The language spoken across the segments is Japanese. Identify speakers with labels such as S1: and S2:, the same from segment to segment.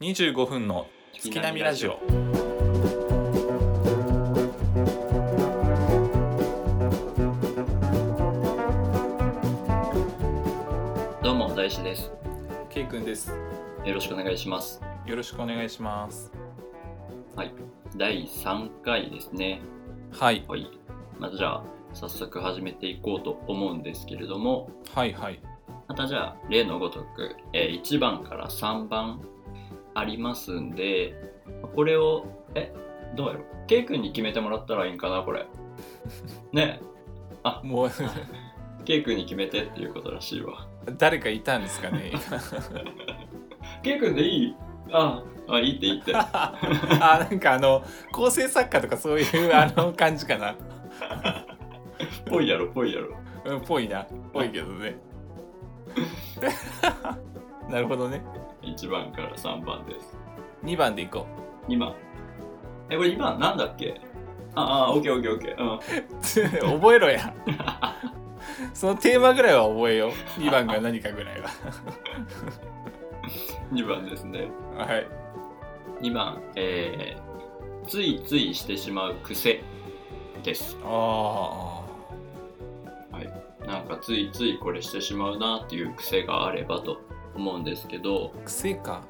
S1: 25分の月並みラジオ。
S2: どうも大志です。
S1: ケイくんです。
S2: よろしくお願いします。
S1: よろしくお願いします。
S2: はい、第3回ですね。
S1: はい、
S2: はい。またじゃあ早速始めていこうと思うんですけれども、
S1: はい、はい。
S2: またじゃあ例のごとく、えー1番から3番ありますんで、これをえどうやろう。ケイ君に決めてもらったらいいんかな これ。ね
S1: もう
S2: え、ケイ君に決めてっていうことらしいわ。
S1: 誰かいたんですかね。
S2: ケイ君でいい？あ、あいいってい いって。
S1: あ、なんかあの構成作家とかそういうあの感じかな。
S2: ぽいやろぽいやろ。
S1: うん、ぽいな。ぽいけどね。 なるほどね。
S2: 1番から3番です。
S1: 2番でいこ
S2: 2番。え、これ2番なんだっけああ、オッケーオッケーオッケー。うん。
S1: う。 覚えろや。 そのテーマぐらいは覚えよう。2番が何かぐらいは。
S2: 2番ですね。
S1: はい。
S2: 2番、えー、ついついしてしまう癖です。
S1: あ
S2: なんかついついこれしてしまうなっていう癖があればと思うんですけど、
S1: あ、癖か。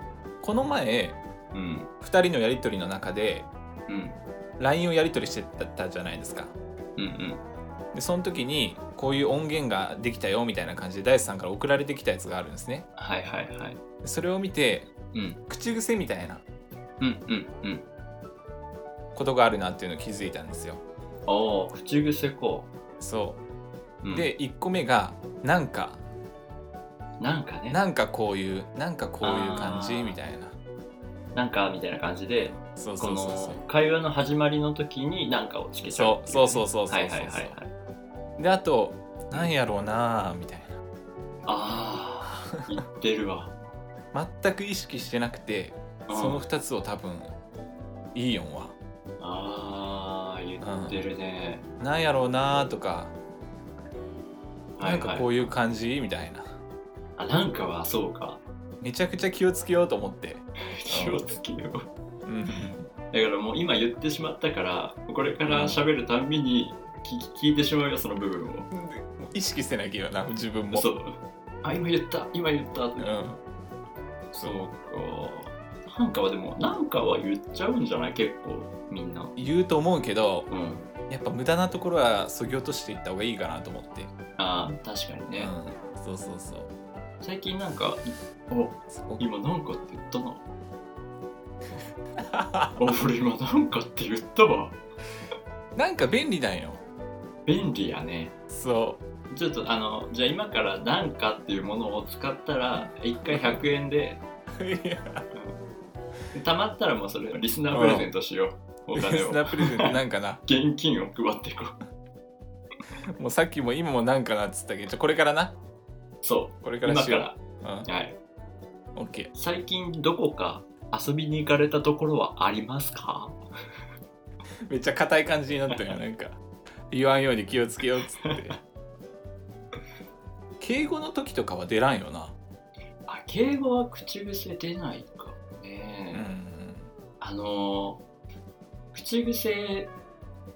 S1: この前、
S2: うん、
S1: 2人のやり取りの中で、
S2: うん、
S1: LINE をやり取りしてたじゃないですか。
S2: うん、うん、
S1: で、その時に、こういう音源ができたよみたいな感じで、大地さんから送られてきたやつがあるんですね。
S2: はいはいはい。
S1: でそれを見て、
S2: うん、
S1: 口癖みたいな
S2: うん、うん、うん。
S1: ことがあるなっていうのを気づいたんですよ。
S2: ああ、口癖か。
S1: そう。
S2: うん、
S1: で1個目がなんか
S2: なんかね、な
S1: なんかこういうなんかこういう感じ
S2: あー
S1: みたいなん
S2: かみたいな感じで、
S1: そう
S2: こ
S1: そうそう
S2: の会話の始まりの時になんかをつけちゃうっていね。
S1: そうそうそうそうそうそう
S2: はいはいはいはい。
S1: そうであとなんやろうなーみたい
S2: ああ言ってるわ
S1: な全く意識してなくて
S2: うん
S1: その2つを多分いいよんは
S2: ああ言ってるね、
S1: なんやろうなーとかなんかこ
S2: いう
S1: いう感じみたいな
S2: あなんかはそうか
S1: めちゃくちゃ気をつけようと思って
S2: 気をつけよう
S1: うん
S2: だからもう今言ってしまったからこれから喋るたんびに聞き聞いてしまうよその部分を
S1: 意識してなきゃな自分も
S2: そうあ今言った今言ったって、
S1: うん
S2: そうかなんかはでもなんかは言っちゃうんじゃない結構みんな
S1: 言うと思うけど
S2: うん
S1: やっぱ無駄なところはそぎ落としていった方がいいかなと思って、
S2: あー確かにね、
S1: うん、そうそうそう
S2: 最近なんかお
S1: そこ
S2: 今なんかって言ったなあ俺今なんかって言ったわ
S1: なんか便利なんよ
S2: 便利やね
S1: そ
S2: ちょっとあのじゃあ今からなんかっていうものを使ったら一回100円で
S1: ういや
S2: 貯まったらもうそれリスナープレゼントしようお
S1: リス
S2: 金を
S1: ナープレゼントなんか な
S2: 現金を配っていこう
S1: もうさっきも今もなんかなっつったけどじゃあこれからな
S2: そ
S1: これ
S2: う
S1: から
S2: 今
S1: しよ
S2: か
S1: ううん
S2: ら、はい、
S1: オッケ
S2: 最近どこか遊びに行かれたところはありますか
S1: ーめっちゃ硬い感じになったよなんか言わんように気をつけようっつ って敬語の時とかは出らんよな
S2: あ敬語は口癖出ないかもね、
S1: うん
S2: あのー口癖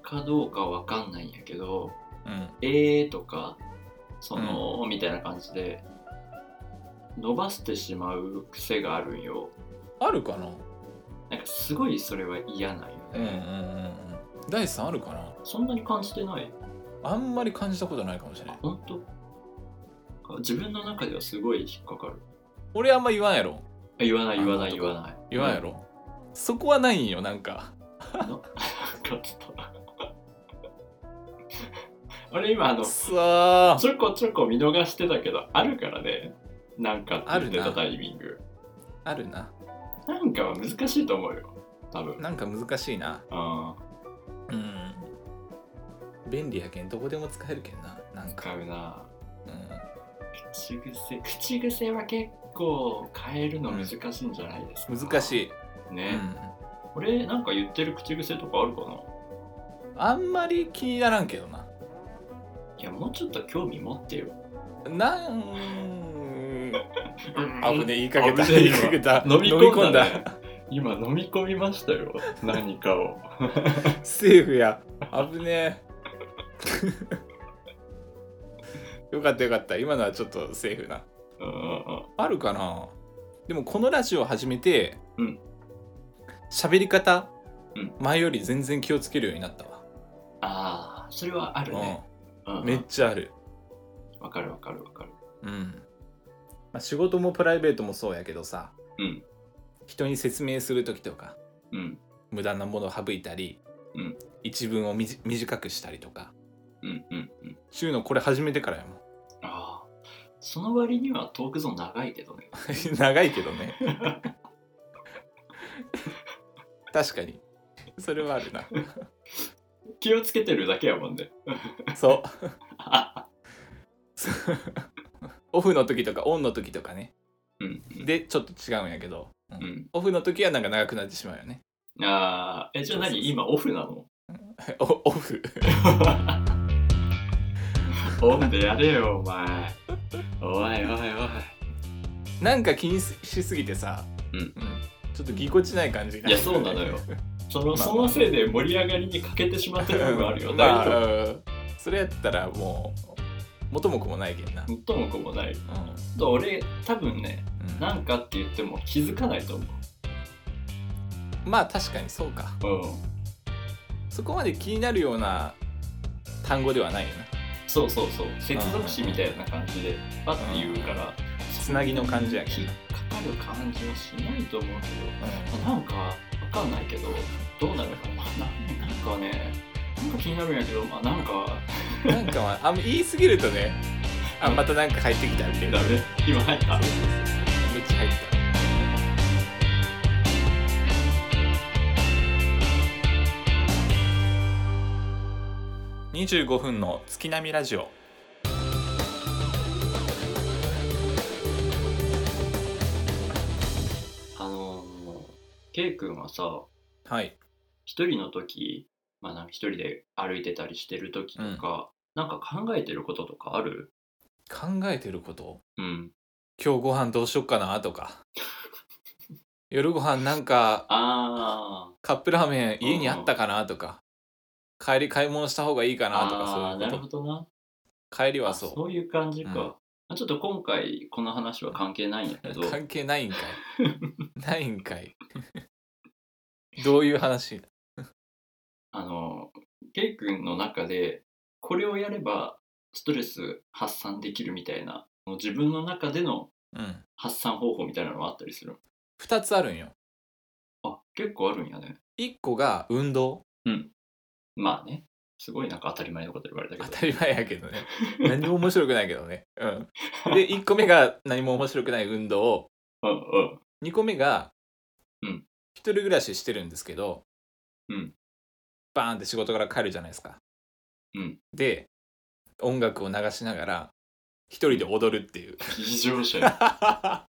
S2: かどうかわかんないんやけど
S1: うん
S2: 「えー」とか「その」みたいな感じで伸ばしてしまう癖があるんよ
S1: あるかな
S2: なんかすごいそれは嫌なんよ
S1: うんうんうん
S2: ね、
S1: うん大地さんあるかな
S2: そんなに感じてない
S1: あんまり感じたことないかもしれない
S2: 本当自分の中ではすごい引っかかる
S1: 俺あんま言わんやろ
S2: あ言わない言わない
S1: あ
S2: 言わない
S1: 言わんやろ、そこはないんよなんか
S2: うんななんかちょっと 俺今あの
S1: さあ
S2: ちょこちょこ見逃してたけどあるからねなんかって言っ
S1: ある
S2: てた
S1: な
S2: タイミング
S1: あるな
S2: なんかは難しいと思うよ多分
S1: なんか難しいな
S2: あ
S1: うん便利やけんどこでも使えるけんななんか、
S2: 使うな
S1: う
S2: 口癖口癖は結構変えるの難しいんじゃないですか、
S1: ん、難しい、
S2: いうね、
S1: ん、
S2: 俺なんか言ってる口癖とかあるかな
S1: あんまり気にならんけどない
S2: やもうちょっと興味持ってよ
S1: なんあぶねえ言いかけた
S2: 危ね え
S1: 言いかけた
S2: 飲み込んだ,、
S1: 飲み
S2: ね、今飲み込みましたよ何かを
S1: 込んだセーフや危ねえ よかったよかった今のはちょっとセーフな
S2: うんうん
S1: あるかなでもこのラジオ始めて
S2: うん
S1: 喋り方、
S2: うん
S1: 前より全然気をつけるようになったわ、
S2: ああそれはあるね、うんう
S1: うんん、めっちゃある
S2: わかるわかるわかる
S1: うん、まあ、仕事もプライベートもそうやけどさ
S2: うん
S1: 人に説明する時とか
S2: うん
S1: 無駄なものを省いたり、
S2: うん
S1: 一文をみじ短くしたりとか
S2: うんうんうん
S1: 週のこれ始めてからやもん
S2: ああその割にはトークゾーン長いけどね
S1: 長いけどね確かにそれはあるな
S2: 気をつけてるだけやもんね
S1: そう
S2: あ
S1: そうオフの時とかオンの時とかね
S2: うんうん
S1: でちょっと違うんやけど、うん
S2: うん
S1: オフの時はなんか長くなってしまうよね
S2: あーえじゃあ何今オフなの
S1: おオフ
S2: オンでやれよお前おいおいおい
S1: なんか気にしすぎてさ、
S2: うん
S1: ちょっとぎこちない感じが
S2: いやそうな のよその
S1: まあ
S2: そのせいで盛り上がりに欠けてしまってる部分あるよ。
S1: ま
S2: 大
S1: あ
S2: 丈
S1: うんそれやったらもう元も子もないけんな、
S2: 夫。ともこもない。
S1: うん
S2: と俺、多分ね、
S1: うん
S2: なんかって言っても気づかないと思
S1: まあ確かにそうか
S2: う。うん。
S1: そこまで気になるような単語ではないよね
S2: そうそうそう。接続詞みたいな感じで、パッて言うから、
S1: つなぎの感じやけ
S2: 引
S1: ん
S2: っ
S1: な、
S2: かかる感じはしないと思うけど、なんかわかんないけど、どうなるか、まあ、なんかね、なんか気になるんやけど、まあ、なんか、
S1: うんなんか、まあ、あんま言いすぎるとねあまたなんか入ってきたみたいな
S2: ダメ。今入った。
S1: めっちゃ入った25分の月並みラジオ
S2: あのー、ケイ君はさ、
S1: はい
S2: 一人の時、まあ、なんか一人で歩いてたりしてる時とか、なんか考えてることとかある
S1: 考えてること
S2: うん。
S1: 今日ご飯どうしよっかなとか夜ご飯なんか
S2: あ
S1: カップラーメン家にあったかなとか帰り買い物した方がいいか
S2: ー
S1: なとか
S2: あー
S1: そう
S2: ないる
S1: うこ
S2: ほどな。
S1: と帰りは
S2: あ
S1: そ
S2: そういう感じか。
S1: うん
S2: まあちょっと今回この話は関係ないんや けど
S1: う関係ないんか いないんかい どういう話
S2: あのケイ君の中でこれをやればストレス発散できるみたいなもう自分の中での
S1: うん
S2: 発散方法みたいなのはあったりする
S1: 2つあるんよ
S2: あ結構あるんやね
S1: 1個が運動
S2: まあねすごいなんか当たり前のこと言われたけ
S1: 当
S2: ど
S1: たり前やけどね何も面白くないけどねうんで1個目が何も面白くない運動
S2: うんうん
S1: 2個目が、
S2: うん
S1: 一人暮らししてるんですけど、
S2: うん
S1: バーンって仕事から帰るじゃないですか、
S2: うん
S1: で音楽を流しながら一人で踊るっていう
S2: 非常者や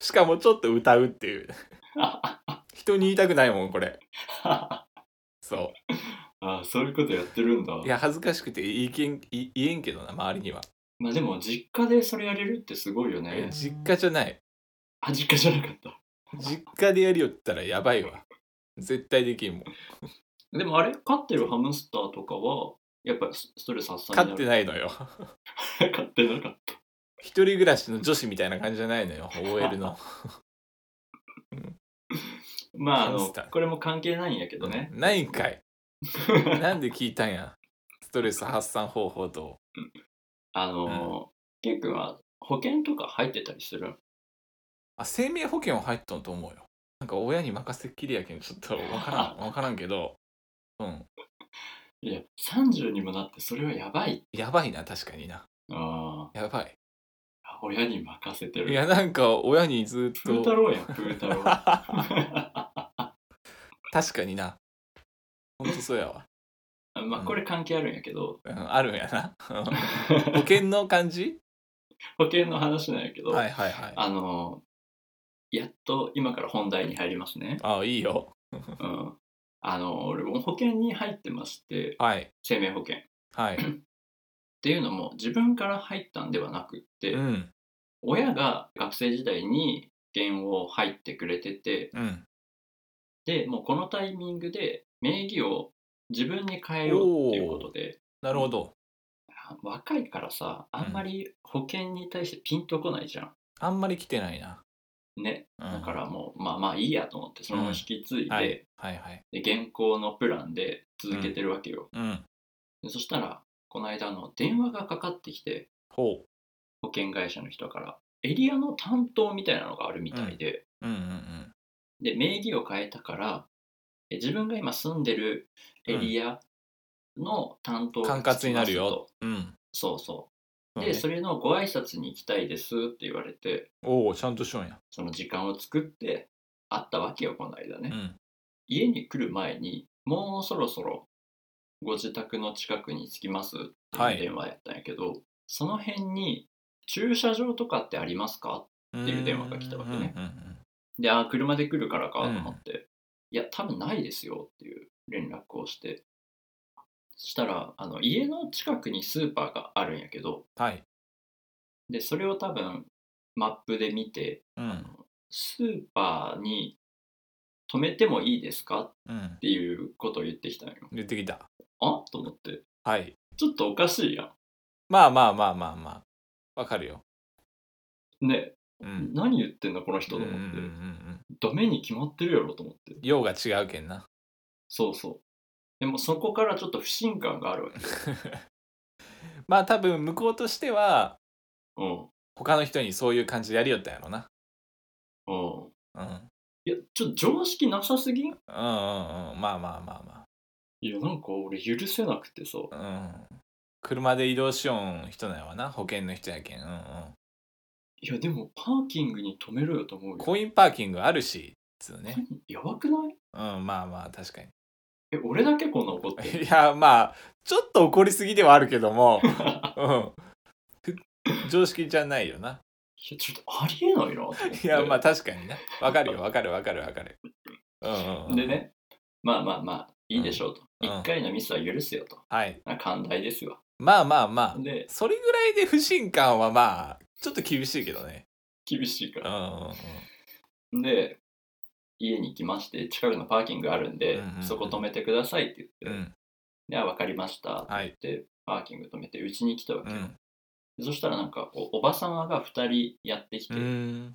S1: しかもちょっと歌うっていう
S2: あ
S1: 人に言いたくないもんこれ
S2: あ
S1: そ
S2: あそういうことやってるんだ
S1: ういや恥ずかしくて言いけん言い言えんけどな周りには、
S2: まあでも実家でそれやれるってすごいよね
S1: 実家じゃない
S2: あ実家じゃなかっ
S1: 実家でやるよって言ったらやばいわ絶対できんもん
S2: たでもあれ飼ってるハムスターとかはやっぱりスストレス発
S1: 飼
S2: 散
S1: って
S2: な
S1: ないのよ
S2: い 飼ってなかった
S1: 一人暮らしの女子みたいな感じじゃないの よ OL の
S2: まああ
S1: ハム
S2: の
S1: スター
S2: これも関係ないんやけどね
S1: ないんかいなんで聞いたんやストレス発散方法と
S2: あのケイ君は保険とか入ってたりする
S1: あ生命保険は入っとんと思うよなんか親に任せっきりやけんちょっとわからんわからんけどうん
S2: いや30にもなってそれはやばい
S1: やばいな確かにな
S2: あ
S1: やばい
S2: あ親に任せて
S1: い
S2: る
S1: やなんか親にずっ
S2: プー
S1: と
S2: 太郎やんプー 太郎
S1: 確かになほんとそうやわ、
S2: まあこれ関係あるんやけど
S1: うん、あるんやな うん保険の感じ
S2: 保険の話なんやけど、
S1: はいはいはい
S2: あのやっと今から本題に入りますね。
S1: あいいよ
S2: うん、あの俺も保険に入ってまして
S1: はい
S2: 生命保険っ
S1: はい
S2: ていうのも自分から入ったんではなくって、
S1: うん
S2: 親が学生時代に保険を入ってくれてて
S1: うん。
S2: でもうこのタイミングで名義を自分に変えようっていうことで
S1: なるほど。
S2: あ若いからさあんまり保険に対してピンとこないじゃ
S1: あんまり来てないな。
S2: んね
S1: うん、
S2: だからもうまあまあいいやと思ってそのまま引き継いで,、
S1: はい。はいはい。
S2: で現行のプランで続けてるわけよ、
S1: うん。
S2: でそしたらこの間あの電話がかかってきて、
S1: ほ
S2: 保険会社の人からエリアの担当みたいなのがあるみたいで、
S1: う。うんうんうん。
S2: で名義を変えたからえ自分が今住んでるエリアの担当
S1: 管
S2: が
S1: 轄
S2: つき
S1: に
S2: ま
S1: な
S2: す
S1: る
S2: と
S1: よ。うん。
S2: そうそ
S1: そうう
S2: で
S1: ね
S2: それのご挨拶に行きたいですって言われて
S1: おお、ちゃんとしようや。
S2: その時間を作って会ったわけよこの間ね、
S1: うん。
S2: 家に来る前にもうそろそろご自宅の近くに着きますって
S1: はい
S2: いう電話やったんやけど、その辺に駐車場とかってありますかっていう電話が来たわけね
S1: うんうんうん
S2: で、あー、車で来るからかと思って、いや、多分ないですよっていう連絡をして、そしたら、あの家の近くにスーパーがあるんやけど、
S1: はい。
S2: で、それを多分マップで見て、
S1: うん。
S2: スーパーに止めてもいいですかっ
S1: うん。
S2: ていうことを言ってきたのよ。
S1: 言ってきた。
S2: あと思って、
S1: はい。
S2: ちょっとおかしいや
S1: まあまあまあまあまあ。わかるよ。
S2: ん。ね、
S1: うん。
S2: 何言ってんだこの人
S1: うん
S2: と
S1: うんうんう
S2: 思って、
S1: ん。
S2: ダメに決まってるやろと思って。
S1: 用が違うけんな。
S2: そうそう。でもそこからちょっと不信感があるわけ。
S1: まあ多分向こうとしては
S2: うん。
S1: 他の人にそういう感じでやりよったんやろな。
S2: うん。
S1: うん。うん
S2: いや、ちょっと常識なさすぎ
S1: う
S2: ん
S1: んうん。まあまあま
S2: いや、なんか俺許せなくてさ。
S1: あまあ。うん。車で移動しよん人なんやわな。保険の人やけん。うんうん。
S2: いや、でもパーキングに止めろよと思うよ。
S1: コインパーキングあるし、つう ね。
S2: やばくない
S1: うん、まあまあ、確かに。
S2: え、俺だけこんな怒って る。
S1: いや、まあ、ちょっと怒りすぎではあるけど も、うん。ふ常識じゃないよな。
S2: いや、ちょっとありえないなと思って。
S1: いや、まあ確かにな。わかるよ、わかるわかるわかる。うんうん、うん。
S2: で。ね、まあまあまあ、いいでしょうと。
S1: うん
S2: 一、
S1: うん
S2: 回のミスは許すよと。
S1: はい。
S2: な寛大ですよ。
S1: まあまあまあ、
S2: で、
S1: それぐらいで不信感はまあ、ちょっと厳しいけどね。
S2: 厳しいか
S1: うんう
S2: ら。
S1: んうん。
S2: で、家に来まして、近くのパーキングあるんで、
S1: うんうんうん
S2: そこ止めてくださいって
S1: う
S2: 言って、
S1: ん。
S2: で、あ、わかりましたって
S1: は
S2: 言
S1: い
S2: って、パーキング止めて、うちに来たわ
S1: う
S2: けよ。
S1: ん。
S2: でそしたらなんかこうおばさまが2人やってき
S1: う
S2: て、
S1: ん。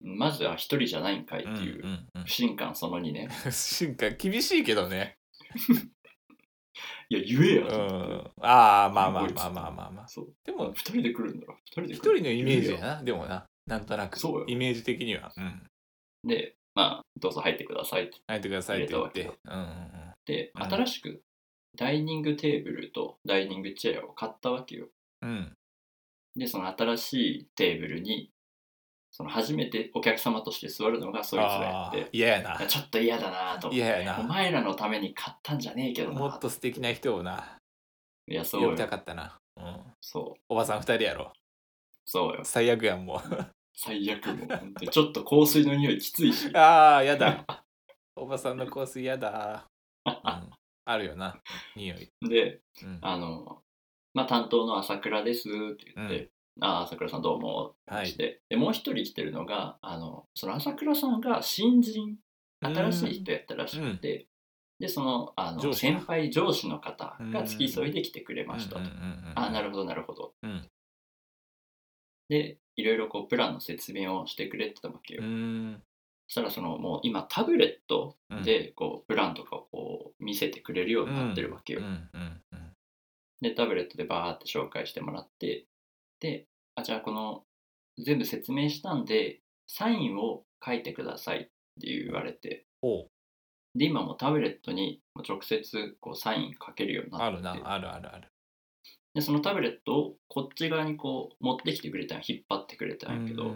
S2: まずは1人じゃないんかいっ
S1: う
S2: て
S1: ん
S2: いううん
S1: うん
S2: 不信感その2ね、
S1: 不信感厳しいけどね。
S2: いや言え
S1: う
S2: よ、
S1: ん
S2: と思って。
S1: ああ、まあまあまあまあまあまあ。
S2: そう
S1: で
S2: もう
S1: も
S2: 2、人で来るんだろ2人で
S1: 一
S2: 来る
S1: 人のイメージや
S2: 言えよ
S1: な、でもな。なんとなく。
S2: そうよ
S1: イメージ的には。うん。
S2: でまあどうぞ入ってくださいって
S1: 入ってくださいって言って。
S2: 入
S1: うんうん
S2: 言って
S1: うん
S2: 新しくダイニングテーブルとダイニングチェアを買ったわけよ
S1: うん。うん。
S2: でその新しいテーブルにその初めてお客様として座るのがそいつ
S1: あ
S2: が
S1: あ
S2: やって
S1: 嫌や
S2: いや
S1: な。
S2: ちょっと嫌だなと思って
S1: 嫌や
S2: お
S1: な。
S2: 前らのために買ったんじゃねえけどな
S1: もっと素敵な人をな、
S2: いやそう
S1: 呼
S2: よ
S1: びたかったな。うん。
S2: そう
S1: おばさん二人やろ。
S2: そうよ
S1: 最悪やん、も
S2: 最悪もう本当にちょっと香水の匂いきついし
S1: う。 ああ、や だ。おばさんの香水やだ。うんあるよな、匂い。
S2: で
S1: うん
S2: あの、まあ、担当の朝倉ですって言って
S1: う
S2: 「ああ朝倉さんどうも」
S1: は
S2: し
S1: い。
S2: て、でもう一人来てるのがあのその朝倉さんが新人新しい人やったらしくて、でそのあの
S1: 上司
S2: 先輩上司の方が付き添いで来てくれましたと、ああな
S1: る
S2: るほどなるほど、
S1: うん
S2: でいろいろこうプランの説明をしてくれてたわけよ、
S1: うん。
S2: そしたらそのもう今タブレット
S1: うん
S2: でこうプランとかをこう見せてくれるようになってるわけ
S1: う
S2: よ、
S1: んうんうん
S2: でタブレットでバーって紹介してもらってであじゃあこの全部説明したんでサインを書いてくださいって言われて
S1: おう
S2: で今もうタブレットに直接こうサイン書けるようにな
S1: あ
S2: って
S1: るな、あるあるある。
S2: でそのタブレットをこっち側にこう持ってきてくれたんや引っ張ってくれたんやけど、
S1: うんう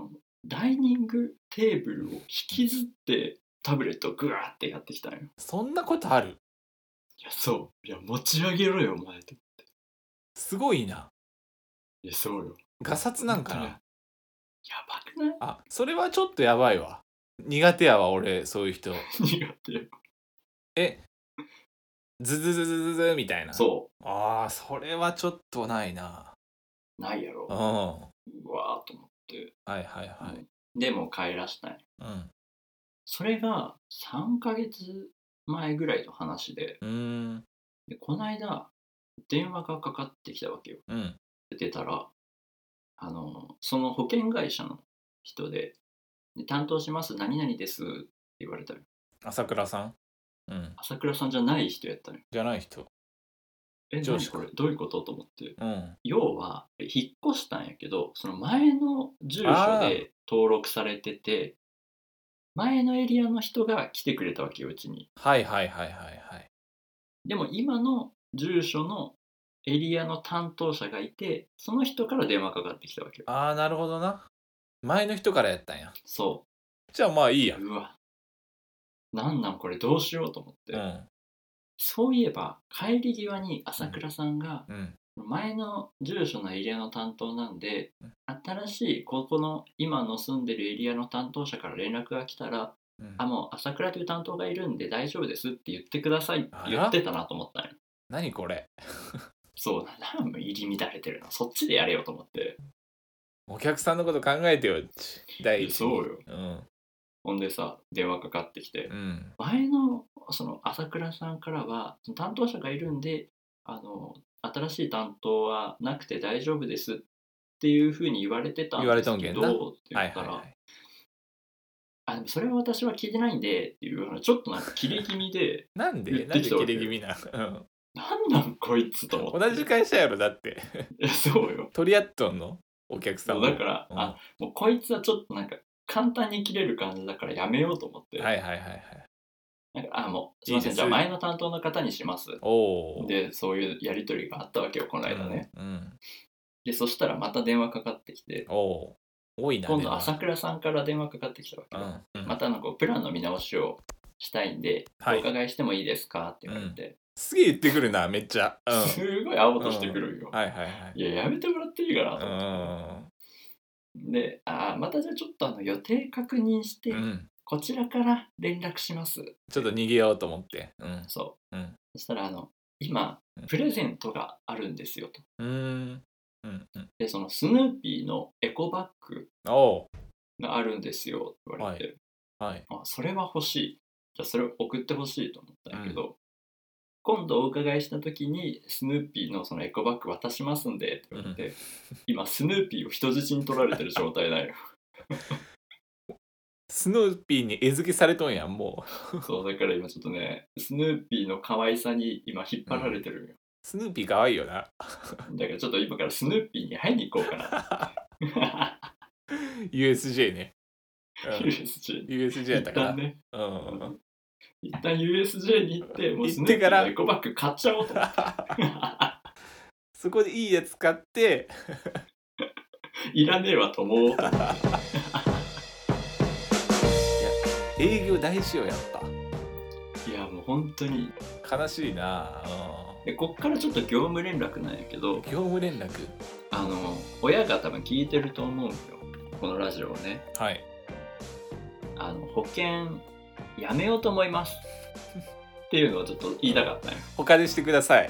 S1: ん
S2: ダイニングテーブルを引きずってタブレットをグワーってやってきたんよ
S1: そんなことある
S2: いやそういや持ち上げろよお前と
S1: すごいな。
S2: いやそうよ
S1: ガサツなんか
S2: 本
S1: な。
S2: 当にやばくない
S1: あ、それはちょっとやばいわ。苦手やわ、俺、そういう人。
S2: 苦手よ
S1: ズズズズズズみたいな。
S2: そ
S1: ああ、それはちょっとないな。
S2: うないやろ
S1: うん。
S2: うわーと思っって、
S1: はいはいはい。
S2: でも帰らせない
S1: うん。
S2: それが3ヶ月前ぐらいの話で
S1: うーん。
S2: でこの間電話がかかってきたわけよ
S1: うん。
S2: 出たらあのその保険会社の人でで担当します何々ですって言われたの
S1: 朝倉さん。うん。
S2: 朝倉さんじゃない人やったのよ
S1: じゃない人。
S2: え
S1: 上
S2: 何
S1: 司
S2: これどういうことと思って
S1: うん。
S2: 要は引っ越したんやけどその前の住所で登録されてて前のエリアの人が来てくれたわけようちに
S1: はいはいはいはいはい。
S2: でも今の住所のエリアの担当者がいてその人から電話かかってきたわけよ
S1: ああ、なるほどな。前の人からやったんや。
S2: そう
S1: じゃあまあいいや。
S2: うわなんなんこれどうしようと思って、
S1: うん。
S2: そういえば帰り際に朝倉さんが
S1: うん。
S2: 前の住所のエリアの担当なんで新しいここの今の住んでるエリアの担当者から連絡が来たら
S1: うん
S2: 「あもう朝倉という担当がいるんで大丈夫です」って言ってくださいって言ってたなと思ったのよ
S1: 何これ
S2: そうだなもう入り乱れてるなそっちでやれよと思って
S1: お客さんのこと考えてよ。第一に。
S2: そうよ
S1: うん。
S2: ほんでさ電話かかってきて
S1: うん。
S2: 前のその朝倉さんからはその担当者がいるんであの新しい担当はなくて大丈夫ですっていうふうに言われてたん
S1: 言わ
S2: で
S1: れと
S2: す
S1: んけ
S2: け
S1: ん
S2: ど
S1: な
S2: って
S1: は
S2: 言
S1: い
S2: っ
S1: は
S2: た
S1: い
S2: ら、
S1: はい。
S2: あでもそれは私は聞いてないんでっていうようなちょっとなんか切れ気味で
S1: なんで
S2: 言っ
S1: なん
S2: て
S1: で
S2: きたわ
S1: 切
S2: け
S1: れ気味な。うん。
S2: なんなんこいつと思って
S1: 同じ会社やろ、だって。
S2: いや そうよ
S1: 取り合っとんのお客さ
S2: そ
S1: ん
S2: う
S1: も
S2: だから、
S1: うん
S2: あもうこいつはちょっとなんか簡単に切れる感じだからやめようと思って、
S1: はいはいはいはい。
S2: なんかあもうすいませ
S1: いいで
S2: ん
S1: す
S2: じゃあ前の担当の方にします
S1: おお。
S2: でそういうやり取りがあったわけよこの間ね、
S1: うん。うん
S2: でそしたらまた電話かかってきて
S1: おお。多いな。
S2: 今
S1: で
S2: 度
S1: も
S2: 朝倉さんから電話かかってきたわけ
S1: う
S2: よ、
S1: ん。うん
S2: またなんかプランの見直しをしたいんで、
S1: はい
S2: お伺いしてもいいですかって言われて、
S1: すげえ言ってくるな、めっちゃ。うん。
S2: すごい青としてくるよ、
S1: はいはいはい。
S2: いややめてもらっていいかな
S1: う
S2: と思っ
S1: ん
S2: て、であーまたじゃあちょっとあの予定確認して、
S1: うん。
S2: こちらから連絡します
S1: ちょっと逃げようと思って。うん。
S2: そう、
S1: うん
S2: そしたらあの今
S1: うん
S2: プレゼントがあるんですよと
S1: うーん。うん。うん。
S2: でそのスヌーピーのエコバッグ
S1: おお。
S2: があるんですよって言われて、
S1: はい。
S2: あそれは欲しいじゃあそれを送ってほしいと思ったんやけど、今度お伺いした時にスヌーピーのそのエコバッグ渡しますんでって言われて、今スヌーピーを人質に取られてる状 態だよ
S1: スヌーピーに餌付けされとんやん、もう。
S2: そうだから今ちょっとねスヌーピーの可愛さに今引っ張られてる
S1: スヌーピーかわいいよな。
S2: よ、だからちょっと今からスヌーピーに会いに行こうかな
S1: USJ ね。 うん。
S2: USJ に
S1: USJ やっ
S2: 一
S1: たか
S2: 旦
S1: な。
S2: ね
S1: うん。
S2: 一旦 USJ に行ってもうス
S1: 行っ
S2: ヌー
S1: て
S2: ピー
S1: から
S2: のエコバッグ買っちゃおうと思って
S1: そこでいいやつ買って、
S2: いらねえわと思おうと思って
S1: 営業大事よ、やっぱ。
S2: いやもう本当に
S1: 悲しいな
S2: でこっからちょっと業務連絡なんやけ
S1: うん
S2: ど
S1: 業務連絡
S2: あの親が多分聞いてると思うんよこのラジオをね
S1: はい
S2: あの保険やめようと思いますっていうのをちょっと言いたかったんよ
S1: 他でしてくださ い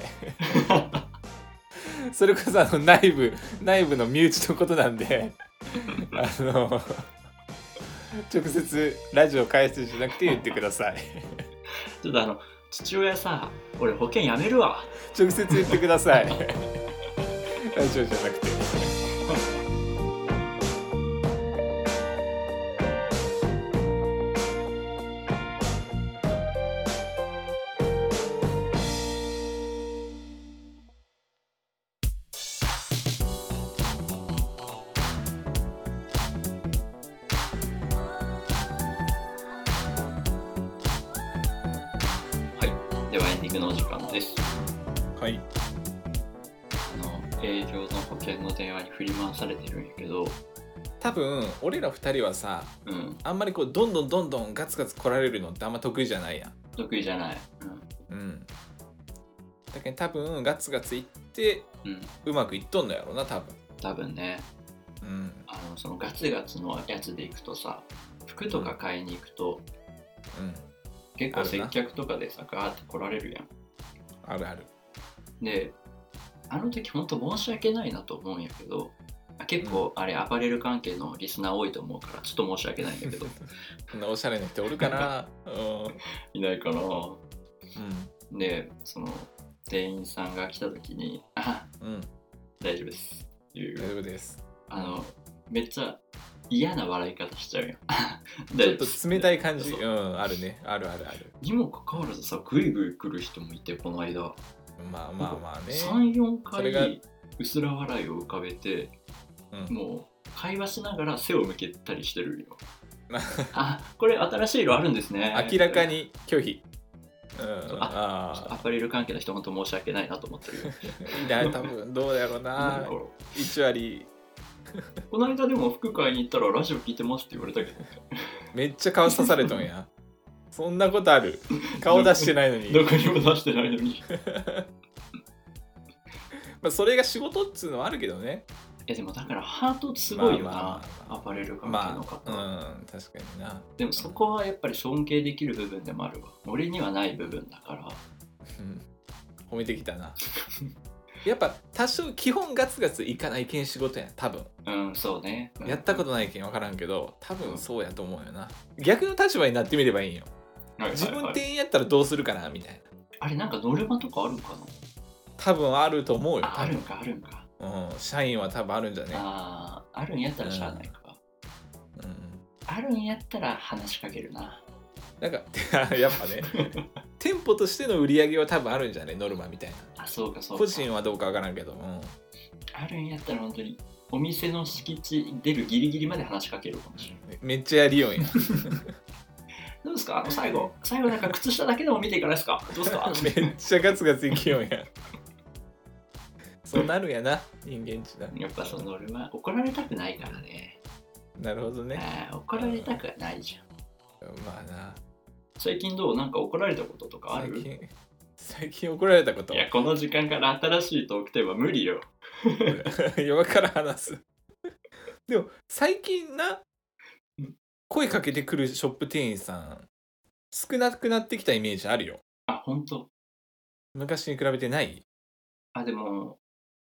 S1: それこそあの内部内部の身内のことなんであの直接ラジオ開始しなくて言ってください
S2: ちょっとあの父親さ俺保険やめるわ
S1: 直接言ってくださいラジオじゃなくて
S2: ではエンディングのお時間です
S1: はい
S2: あの営業の保険の電話に振り回されてるんやけど
S1: 多分俺ら二人はさ
S2: うん
S1: あんまりこうどんどんどんどんガツガツ来られるのってあんま得意じゃないやん
S2: 得意じゃない
S1: うんだけど多分ガツガツいって
S2: うん、うん、
S1: うまくいっとんのやろな多分
S2: 多分ね
S1: うん
S2: あのそのガツガツのやつで行くとさ服とか買いに行くと
S1: うん
S2: 結構
S1: ある
S2: 接
S1: な
S2: 客とかでさガーって来られるやん
S1: あるある
S2: であの時ほんと申し訳ないなと思うんやけどあ結構あれアパレル関係のリスナー多いと思うからちょっと申し訳ないん だけど
S1: そんなおしゃれな人おるかなうん
S2: いないかなでその店員さんが来た時に「あ
S1: うん、うん、
S2: 大丈夫です」って
S1: 大
S2: いう
S1: 丈夫です
S2: あのめっちゃ嫌な笑い方し ちゃうよ
S1: ちょっと冷たい感じ
S2: そう
S1: うんあるねあるあるある
S2: にもかかわらずさグイグイ来る人もいてこの間
S1: まあまあまあね
S2: 34
S1: それが
S2: 回薄ら笑いを浮かべて
S1: うん
S2: もう会話しながら背を向けたりして るよあこれ新しい色あるんですね
S1: 明らかに拒否うん
S2: そうア
S1: あ
S2: パレル関係の人本当申し訳ないなと思ってるよ
S1: あいいな多分どうだろう
S2: なん
S1: な
S2: だろ
S1: 1割
S2: うこの間でも服買いに行ったらラジオ聞いてますって言われたけど
S1: めっちゃ顔刺されとんやそんなことある顔出してないのに
S2: どこにも出してないのにい
S1: まあそれが仕事っつうのはあるけどね
S2: やでもだからハートすごいよな、
S1: まあまあまあまあ
S2: アパレル関係
S1: ま
S2: の方、
S1: あうん確かにな
S2: でもそこはやっぱり尊敬できる部分でもあるわ俺にはない部分だから
S1: うん褒めてきたな やっぱ多少基本ガツガツいかないけん仕事やん多分
S2: うん、そうね。
S1: やったことないけん分からんけど多分そうやと思うよな逆の立場になってみればいいんよ
S2: はいはいはい
S1: 自分店員やったらどうするかなみたいな
S2: あれ、なんかノルマとかあるんか
S1: 多分あると思うよ
S2: なあ
S1: 多
S2: ある
S1: 分
S2: んか、あるんか。
S1: うん、社員は多分あるんじゃね
S2: ああ、あるんやったらしゃあないか。
S1: うん
S2: あるんやったら話しかけるな。
S1: なんか やっぱね 店舗としての売り上げは多分あるんじゃねノルマみたいな
S2: あ、そうか、そうか。
S1: 個人はどうか分からんけど、うん、
S2: あるんやったら本当に、お店の敷地出るギリギリまで話しかけるかもしれない。
S1: めっちゃやりよんや
S2: どうですかあの最後、最後なんか靴下だけでも見ていかないですかどう ですか
S1: めっちゃガツガツいきよんやそうなるんやな人間ちな
S2: やっぱそのノルマ、怒られたくないからね。
S1: なるほどね
S2: あー怒られたくはないじゃん。
S1: まあな
S2: 最近どうなんか怒られたこととかあ
S1: 最
S2: るい
S1: 近最近怒られたこと
S2: や、この時間から新しいトークテーマ無理よ。
S1: 今から話すでも最近な
S2: うん
S1: 声かけてくるショップ店員さん少なくなってきたイメージあるよ
S2: あ、本当
S1: 昔に比べてない
S2: あでも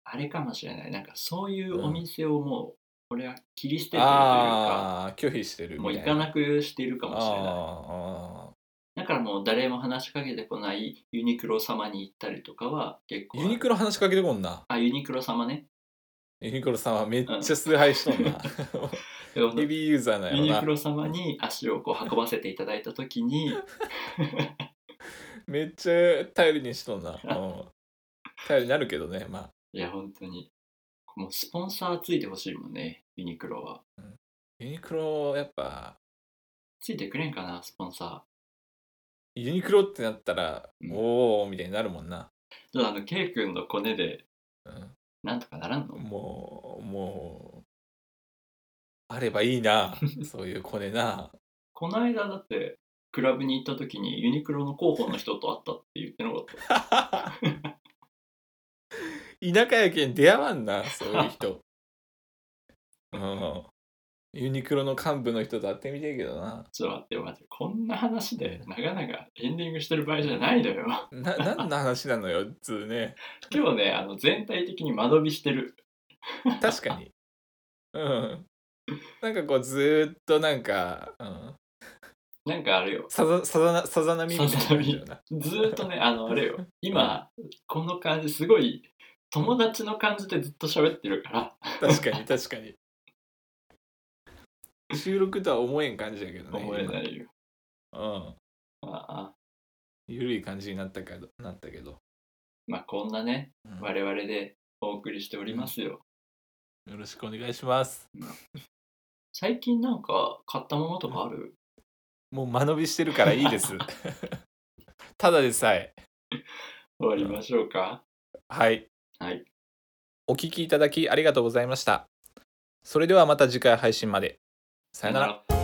S2: あれかもしれないなんかそういうお店をもう、俺は切り捨ててるというか
S1: ああー拒否してる
S2: もう
S1: みた
S2: 行
S1: い
S2: か
S1: な
S2: なくしているかもしれない
S1: あ
S2: だからもう誰も話しかけてこないユニクロ様に行ったりとかは結構
S1: ーユニクロ話しかけてこんな
S2: あユニクロ様ね
S1: ユニクロさんはめっちゃ崇拝しとん な
S2: でも
S1: ヘビーユーザーなん
S2: ユ
S1: や
S2: ニ
S1: ろ
S2: ク
S1: な
S2: ロ様に足をこう運ばせていただいた時に
S1: めっちゃ頼りにしとんな うん頼りになるけどねまあ
S2: いや本当にもうスポンサーついてほしいもんねユニクロは
S1: ユニクロやっぱ
S2: ついてくれんかなスポンサ
S1: ユニクロってなったら、
S2: うん
S1: おおみたいになるもんな、
S2: ーちょっとあの K 君のコネで
S1: う
S2: なんとかならんの
S1: ん、もうもうあればいい なそういうコネな
S2: この間だってクラブに行った時にユニクロの広報の人と会ったって言ってなかった
S1: 田舎やけん出会わんなそういう 人うんユニクロの幹部の人と会ってみてえけどな
S2: ちょっと待って待ってこんな話で長々エンディングしてる場合じゃないのよ
S1: な何の話なのよっつうね
S2: 今日ねあの全体的に間延びしてる
S1: 確かにうんなんかこうずーっとなんか、うん、
S2: なんかあれよ
S1: さざさざなさざ波みたいな感じよな
S2: ずーっとねあ のあれよ今この感じすごい友達の感じでずっと喋ってるから
S1: 確かに確かに収録とは思えん感じだけどね
S2: 思えないよ、
S1: うん
S2: ああ
S1: ゆるい感じになったけどなったけど、
S2: まあこんなね
S1: うん
S2: 我々でお送りしておりますよ、
S1: よろしくお願いします
S2: 最近なんか買ったものとかある、
S1: もう間延びしてるからいいです ただでさえ
S2: 終わりましょうか、
S1: はい
S2: はい
S1: お聞きいただきありがとうございましたそれではまた次回配信までさよなら
S2: ら